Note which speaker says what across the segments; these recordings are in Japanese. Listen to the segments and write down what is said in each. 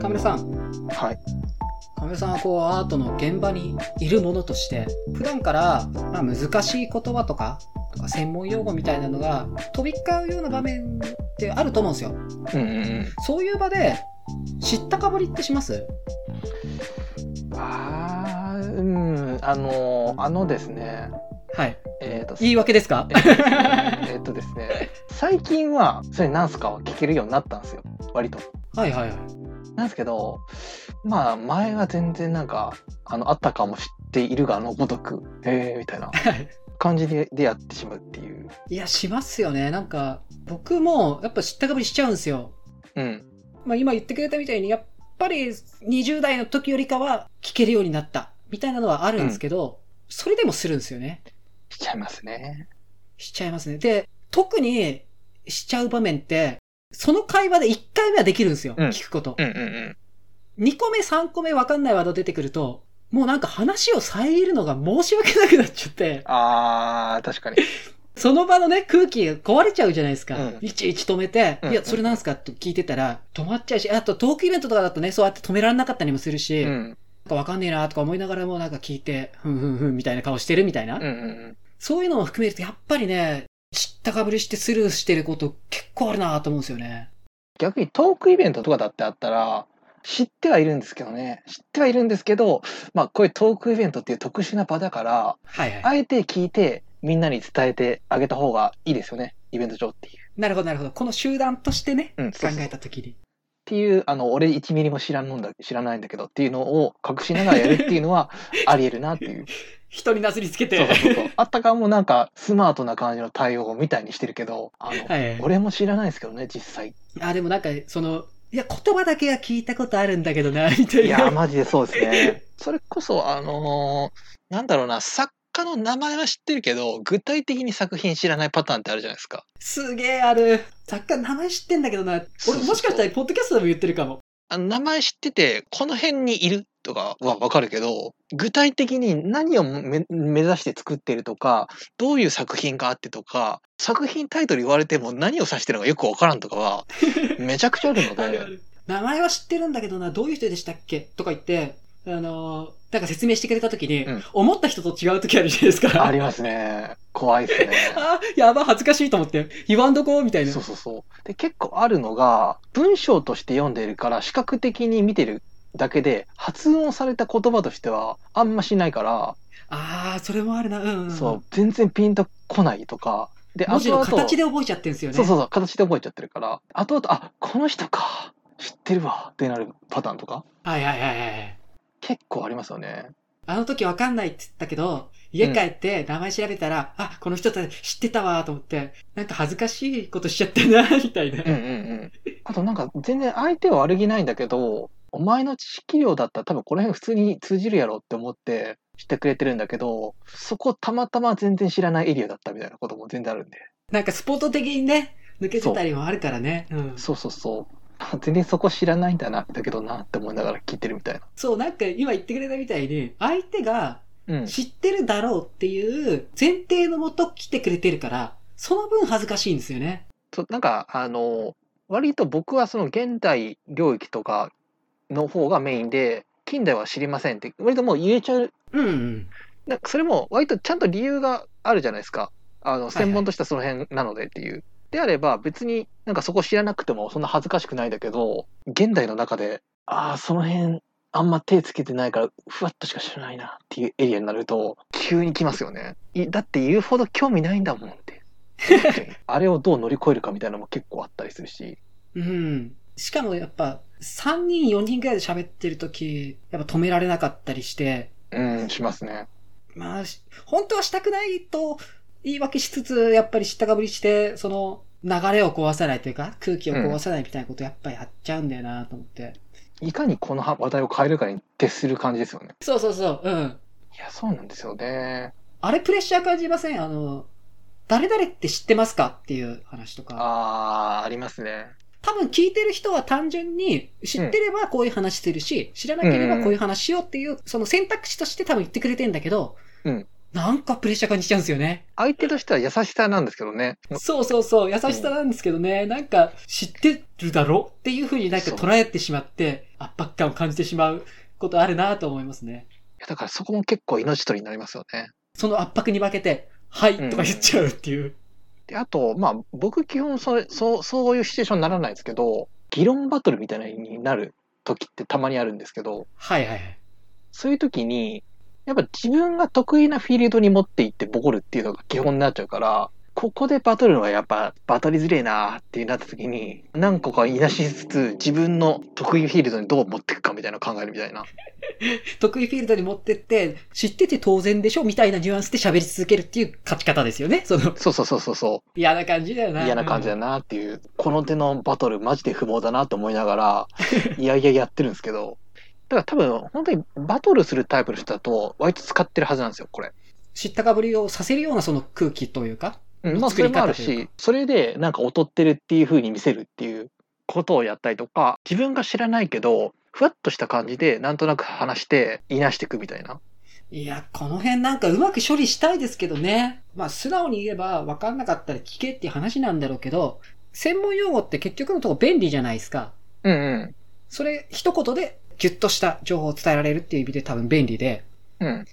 Speaker 1: 亀さん
Speaker 2: はい。
Speaker 1: 亀さんはこうアートの現場にいるものとして普段から、まあ、難しい言葉とかなんか専門用語みたいなのが飛び交うような場面ってあると思うんですよ
Speaker 2: うんうんうん。
Speaker 1: そういう場で知ったかぶりってします
Speaker 2: あーうん、あの、あのですね、
Speaker 1: はい
Speaker 2: えっ、と、
Speaker 1: 言い訳ですか
Speaker 2: えっとですねえっとですね、最近は、それなんすかを聞けるようになったんですよ、割と。
Speaker 1: はいはいはい
Speaker 2: なんですけど、まあ、前は全然なんか、あの、あったかも知っているがのごとく、えー、みたいな感じででやってしまうっていう。
Speaker 1: いやしますよねなんか僕もやっぱ知ったかぶりしちゃうんですよ
Speaker 2: うん。
Speaker 1: まあ、今言ってくれたみたいにやっぱり20代の時よりかは聞けるようになったみたいなのはあるんですけど、それでもするんですよね
Speaker 2: しちゃいますね。
Speaker 1: しちゃいますねで特にしちゃう場面ってその会話で1回目はできるんですよ、
Speaker 2: うん
Speaker 1: 聞くこと、
Speaker 2: うんうんうん。
Speaker 1: 2個目3個目分かんないワード出てくるともうなんか話を遮るのが申し訳なくなっちゃって
Speaker 2: あー、確かに。
Speaker 1: その場のね空気が壊れちゃうじゃないですか、
Speaker 2: うん
Speaker 1: いちいち止めて、
Speaker 2: うん
Speaker 1: いやそれなんすかって聞いてたら止まっちゃうしあとトークイベントとかだとねそうやって止められなかったりもするし、
Speaker 2: うん。
Speaker 1: なんかわかんねえなとか思いながらもなんか聞いて、ふんふんふんみたいな顔してるみたいな。
Speaker 2: うんうんうん。
Speaker 1: そういうのも含めるとやっぱりね、知ったかぶりしてスルーしてること結構あるなと思うんですよね。
Speaker 2: 逆にトークイベントとかだってあったら、知ってはいるんですけどね。知ってはいるんですけど、まあ、こういうトークイベントっていう特殊な場だから、
Speaker 1: はいはい。
Speaker 2: あえて聞いて、みんなに伝えてあげた方がいいですよね。イベント上っていう。
Speaker 1: なるほどなるほど。この集団としてね、
Speaker 2: うん
Speaker 1: 考
Speaker 2: そうそう
Speaker 1: えた時に。
Speaker 2: っていう、あの、俺1ミリも知らんのんだ、知らないんだけどっていうのを隠しながらやるっていうのは あり得るなっていう。
Speaker 1: 人になすりつけて。
Speaker 2: そうそうそうそう。あったかもなんかスマートな感じの対応みたいにしてるけど、あの、
Speaker 1: はいはい。
Speaker 2: 俺も知らないですけどね、実際。
Speaker 1: あ、でもなんか、その、いや、言葉だけは聞いたことあるんだけどな、みたい
Speaker 2: い
Speaker 1: な。
Speaker 2: やー、マジでそうですね。それこそ、あのーなんだろうな、作家の名前は知ってるけど、具体的に作品知らないパターンってあるじゃないですか。
Speaker 1: すげえある。作家名前知ってんだけどな。
Speaker 2: そう
Speaker 1: 俺
Speaker 2: そう
Speaker 1: もしかしたらポッドキャストでも言ってるかも。
Speaker 2: あの名前知ってて、この辺にいるとかはわかるけど、具体的に何をめ目指して作ってるとか、どういう作品があってとか、作品タイトル言われても何を指してるのかよくわからんとかは、めちゃくちゃあるの
Speaker 1: あるあ
Speaker 2: で、
Speaker 1: る名前は知ってるんだけどな、どういう人でしたっけとか言って、あのーなんか説明してくれた時に、
Speaker 2: うん
Speaker 1: 思った人と違う時あるじゃないですか。
Speaker 2: ありますね。怖いですね。
Speaker 1: あー やば、恥ずかしいと思って、言わんどこうみたいな。
Speaker 2: そうそうそう。で、結構あるのが、文章として読んでるから、視覚的に見てるだけで、発音された言葉としては、あんましないから、
Speaker 1: ああ、それもあるな。うんうんうん。
Speaker 2: そう、全然ピンとこないとか、で、
Speaker 1: 文字の
Speaker 2: 後々
Speaker 1: 形で覚えちゃってるんですよね。
Speaker 2: そうそうそう、形で覚えちゃってるから、後々、あ、この人か、知ってるわ、ってなるパターンとか、
Speaker 1: はいはいはいはい。
Speaker 2: 結構ありますよね。
Speaker 1: あの時わかんないって言ったけど、家帰って名前調べたら、あ、この人たち知ってたわと思って、なんか恥ずかしいことしちゃってるな、 みたいな。
Speaker 2: うんうんうん。あとなんか、全然相手は悪気ないんだけど、お前の知識量だったら多分この辺普通に通じるやろって思って知ってくれてるんだけど、そこたまたま全然知らないエリアだったみたいなことも全然あるんで。
Speaker 1: なんかスポット的にね、抜けてたりもあるからね。うん。
Speaker 2: そうそうそう。あ全然そこ知らないんだな、だけどなって思いながら聞いてるみたいな。
Speaker 1: そう、なんか今言ってくれたみたいに、相手が
Speaker 2: うん。
Speaker 1: 知ってるだろうっていう前提のもと来てくれてるから、その分恥ずかしいんですよね。
Speaker 2: そうなんかあの割と僕はその現代領域とかの方がメインで近代は知りませんって割ともう言えちゃう
Speaker 1: うん、うん。
Speaker 2: なんかそれも割とちゃんと理由があるじゃないですかあの
Speaker 1: いはい
Speaker 2: 専門としてはその辺なのでっていう。であれば別になんかそこ知らなくてもそんな恥ずかしくないんだけど現代の中でああその辺あんま手つけてないからふわっとしか知らないなっていうエリアになると急に来ますよね。いだって言うほど興味ないんだもん って。あれをどう乗り越えるかみたいなのも結構あったりするし。
Speaker 1: うん。しかもやっぱ、3人4人ぐらいで喋ってる時やっぱ止められなかったりして、
Speaker 2: うん、しますね。
Speaker 1: まあ、し本当はしたくないと言い訳しつつ、やっぱり知ったかぶりして、その流れを壊さないというか、空気を壊さないみたいなことやっぱりやっちゃうんだよなと思って。
Speaker 2: いかにこの話題を変えるかに徹する感じですよね。
Speaker 1: そうそうそう、うん。
Speaker 2: いや、そうなんですよね。
Speaker 1: あれプレッシャー感じませんあの、誰々って知ってますかっていう話とか。
Speaker 2: ああ、ありますね。
Speaker 1: 多分聞いてる人は単純に知ってればこういう話するし、知らなければこういう話しようっていう、その選択肢として多分言ってくれてんだけど、
Speaker 2: うん
Speaker 1: なんかプレッシャー感じちゃうんですよね。
Speaker 2: 相手としては優しさなんですけどね。
Speaker 1: そうそうそう、優しさなんですけどね、なんか知ってるだろっていうふうになんか捉えてしまって、圧迫感を感じてしまうことあるなと思いますね。
Speaker 2: いやだからそこも結構命取りになりますよね。
Speaker 1: その圧迫に負けて、はいとか言っちゃうっていう。
Speaker 2: で、あと、まあ、僕基本それ、そう、そういうシチュエーションにならないですけど、議論バトルみたいなのになる時ってたまにあるんですけど、
Speaker 1: はいはいはい。
Speaker 2: そういう時に、やっぱ自分が得意なフィールドに持っていってボコるっていうのが基本になっちゃうから、ここでバトルはやっぱバトりづれえなってなった時に、何個かいなしつつ自分の得意フィールドにどう持っていくかみたいなのを考えるみたいな。
Speaker 1: 得意フィールドに持ってって、知ってて当然でしょみたいなニュアンスで喋り続けるっていう勝ち方ですよね。その、
Speaker 2: そうそうそうそうそ
Speaker 1: 嫌な感じだよ
Speaker 2: う。
Speaker 1: な。
Speaker 2: 嫌な感じだなっていう、この手のバトルマジで不毛だなと思いなが ら、いやいややってるんですけど、だから多分本当にバトルするタイプの人だと割と使ってるはずなんですよ、これ。
Speaker 1: 知ったかぶりをさせるようなその空気というか。
Speaker 2: うんまあ、そ
Speaker 1: 作
Speaker 2: れ
Speaker 1: り
Speaker 2: もあ
Speaker 1: 方
Speaker 2: る
Speaker 1: という
Speaker 2: し、それでなんか劣ってるっていう風に見せるっていうことをやったりとか、自分が知らないけど、ふわっとした感じでなんとなく話して、いなしていくみたいな。
Speaker 1: いや、この辺なんかうまく処理したいですけどね。まあ、素直に言えば分かんなかったら聞けっていう話なんだろうけど、専門用語って結局のとこ便利じゃないですか。
Speaker 2: うんう
Speaker 1: それ一言でギュッとした情報を伝えられるっていう意味で多分便利で。
Speaker 2: ん。うん。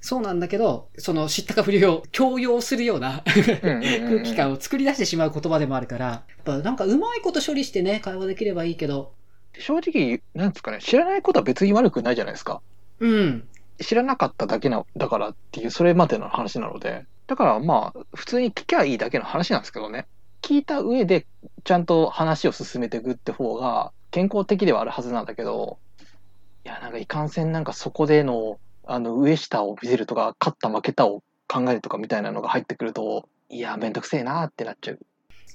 Speaker 1: そうなんだけど、その知ったかぶりを強要するような
Speaker 2: うんうんうんう
Speaker 1: 空
Speaker 2: ん
Speaker 1: 気感を作り出してしまう言葉でもあるから、やっぱなんかうまいこと処理してね、会話できればいいけど、
Speaker 2: 正直、なんですかね、知らないことは別に悪くないじゃないですか。
Speaker 1: うん。
Speaker 2: 知らなかっただけな、だからっていう、それまでの話なので。だからまあ、普通に聞きゃいいだけの話なんですけどね。聞いた上で、ちゃんと話を進めていくって方が、健康的ではあるはずなんだけど、いや、なんかいかんせんなんかそこでの、あの、上下を見せるとか、勝った負けたを考えるとかみたいなのが入ってくると、いや、めんどくせえなってなっちゃう。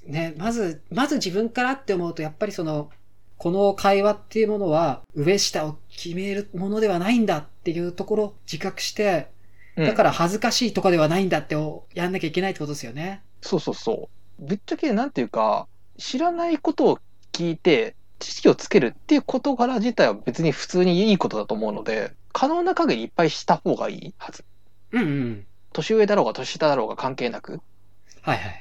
Speaker 1: ね、まず、まず自分からって思うと、やっぱりその、この会話っていうものは、上下を決めるものではないんだっていうところを自覚して、
Speaker 2: うん
Speaker 1: だから恥ずかしいとかではないんだってをやんなきゃいけないってことですよね。
Speaker 2: そうそうそう。ぶっちゃけなんていうか、知らないことを聞いて、知識をつけるっていう事柄自体は別に普通にいいことだと思うので、可能な限りいっぱいした方がいいはず。
Speaker 1: うんうん。
Speaker 2: 年上だろうが年下だろうが関係なく。
Speaker 1: はいはい。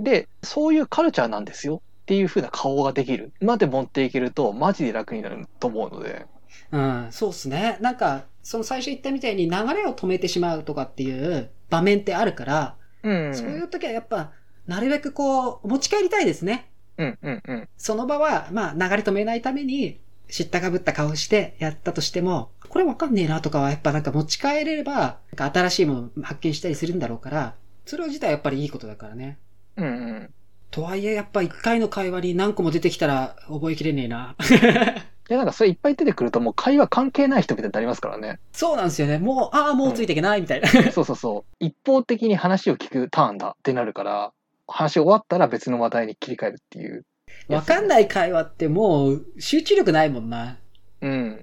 Speaker 2: で、そういうカルチャーなんですよっていう風な顔ができるまで持っていけると、マジで楽になると思うので。
Speaker 1: うん、そうっすね。なんか、その最初言ったみたいに流れを止めてしまうとかっていう場面ってあるから、
Speaker 2: うん
Speaker 1: そういう時はやっぱ、なるべくこう、持ち帰りたいですね。
Speaker 2: うんうんうん。
Speaker 1: その場は、まあ、流れ止めないために、知ったかぶった顔してやったとしても、これわかんねえなとかは、やっぱなんか持ち帰れれば、なんか新しいもの発見したりするんだろうから、それ自体はやっぱりいいことだからね。
Speaker 2: うんうん。
Speaker 1: とはいえ、やっぱ一回の会話に何個も出てきたら覚えきれねえな。
Speaker 2: いや、なんかそれいっぱい出てくるともう会話関係ない人みたいになりますからね。
Speaker 1: そうなんですよね。もう、ああ、もうついていけない、みたいな。
Speaker 2: そうそうそう。一方的に話を聞くターンだってなるから、話終わったら別の話題に切り替えるっていう。
Speaker 1: わかん
Speaker 2: い。
Speaker 1: ない会話ってもう集中力ないもんな。
Speaker 2: うん。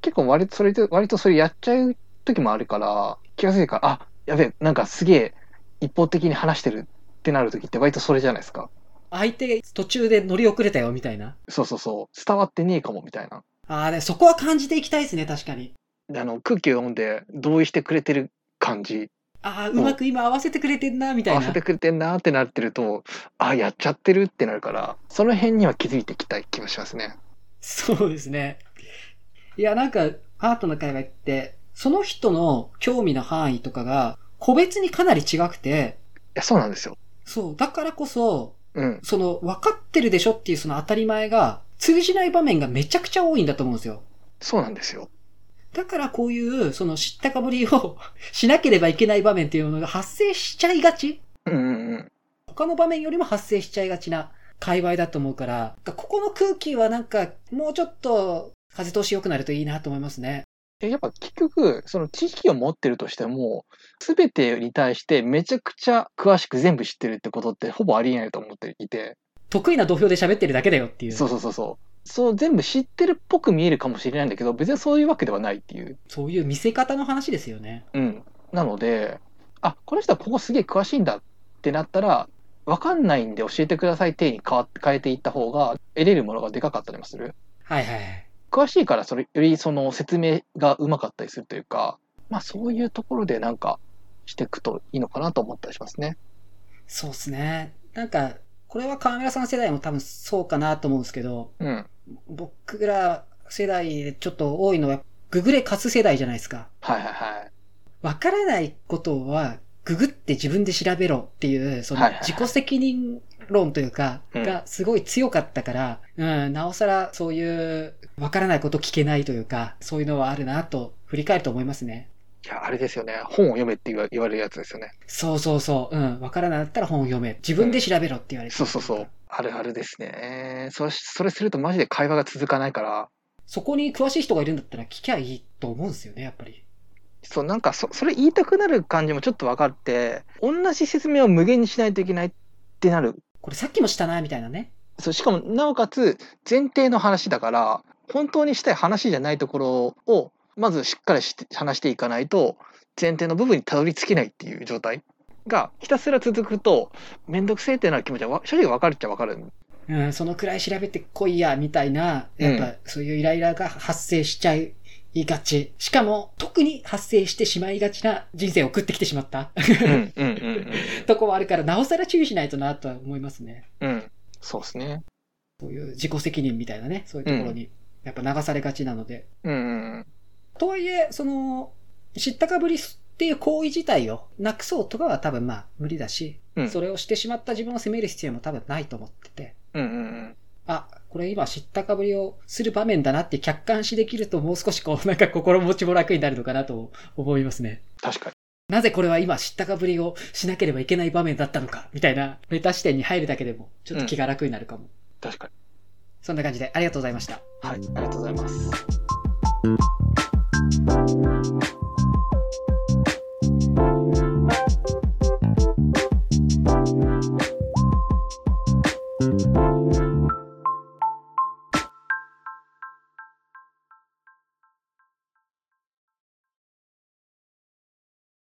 Speaker 2: 結構割とそれで、割とそれやっちゃう時もあるから、気がついてから、あ、やべえ、なんかすげえ一方的に話してるってなる時って割とそれじゃないですか。
Speaker 1: 相手途中で乗り遅れたよみたいな。
Speaker 2: そうそうそう。伝わってねえかもみたいな。
Speaker 1: ああ、でそこは感じていきたいですね、確かに。
Speaker 2: あの、空気を読んで同意してくれてる感じ、
Speaker 1: ああ、うまく今合わせてくれてんな、みたい
Speaker 2: 合わ
Speaker 1: な
Speaker 2: せ。てくれてんなってなってると、あ、やっちゃってるってなるから、その辺には気づいていきたい気がしますね。
Speaker 1: そうですね。いや、なんか、アートの会話って、その人の興味の範囲とかが、個別にかなり違くて、
Speaker 2: いや、そうなんですよ。
Speaker 1: そう、だからこそ、
Speaker 2: うん。
Speaker 1: その、分かってるでしょっていうその当たり前が、通じない場面がめちゃくちゃ多いんだと思うんですよ。
Speaker 2: そうなんですよ。
Speaker 1: だからこういう、その知ったかぶりを しなければいけない場面っていうものが発生しちゃいがち
Speaker 2: うんうんうん。
Speaker 1: 他の場面よりも発生しちゃいがちな界隈だと思うから、ここの空気はなんか、もうちょっと風通し良くなるといいなと思いますね。
Speaker 2: えやっぱ結局、その知識を持ってるとしても、すべてに対してめちゃくちゃ詳しく全部知ってるってことってほぼありえないと思っていて、
Speaker 1: 得意な土俵で喋ってるだけだよっていう。
Speaker 2: そうそうそうそう。そう全部知ってるっぽく見えるかもしれないんだけど、別にそういうわけではないっていう。
Speaker 1: そういう見せ方の話ですよね。
Speaker 2: うん。なので、あ、この人はここすげえ詳しいんだってなったら、わかんないんで教えてください体に変わ変えていった方が得れるものがでかかったりもする。
Speaker 1: はいはいはい。
Speaker 2: 詳しいからそれよりその説明がうまかったりするというか、まあそういうところでなんかしていくといいのかなと思ったりしますね。
Speaker 1: そうですね。なんか、これは河村さん世代も多分そうかなと思うんですけど、
Speaker 2: うん。
Speaker 1: 僕ら世代でちょっと多いのは、ググれ勝つ世代じゃないですか。
Speaker 2: はいはいはい。
Speaker 1: わからないことは、ググって自分で調べろっていう、その
Speaker 2: はいはいはい
Speaker 1: 自己責任論というか、
Speaker 2: うん
Speaker 1: がすごい強かったから、うん、なおさらそういう、わからないこと聞けないというか、そういうのはあるなと、振り返ると思いますね。
Speaker 2: いや、あれですよね。本を読めって言わ言われるやつですよね。
Speaker 1: そうそうそう、うん、わからないんだったら本を読め。自分で調べろって言われて、
Speaker 2: そうそうそう。あるあるですね。そそれするとマジで会話が続かないから、
Speaker 1: そこに詳しい人がいるんだったら聞きゃいいと思うんですよね、やっぱり。
Speaker 2: そうなんかそそれ言いたくなる感じもちょっと分かって同じ説明を無限にしないといけないってなる
Speaker 1: これさっきもしたな、みたいなね。
Speaker 2: そうしかもなおかつ前提の話だから本当にしたい話じゃないところをまずしっかりして話していかないと前提の部分にたどり着けないっていう状態がひたすら続くと面倒くせえってなる気持ちはわ正直分かるっちゃ分かる
Speaker 1: うん、そのくらい調べてこいや、みたいな、やっぱそういうイライラが発生しちゃいがち。しかも、特に発生してしまいがちな人生を送ってきてしまった
Speaker 2: うんうんうん
Speaker 1: とこはあるから、なおさら注意しないとなとは思いますね。
Speaker 2: うんうんそうですね
Speaker 1: そういう自己責任みたいなね、そういうところに、やっぱ流されがちなので。
Speaker 2: うんうん
Speaker 1: とはいえ、その、知ったかぶりっていう行為自体をなくそうとかは多分まあ無理だし、
Speaker 2: うん
Speaker 1: それをしてしまった自分を責める必要も多分ないと思ってて、
Speaker 2: うんうんうん
Speaker 1: あ、これ今知ったかぶりをする場面だなって客観視できるともう少しこう なんか心持ちも楽になるのかなと思いますね。
Speaker 2: 確かに
Speaker 1: なぜこれは今知ったかぶりをしなければいけない場面だったのか、みたいなメタ視点に入るだけでもちょっと気が楽になるかも。
Speaker 2: 確かに
Speaker 1: そんな感じでありがとうございました。
Speaker 2: はいありがとうございます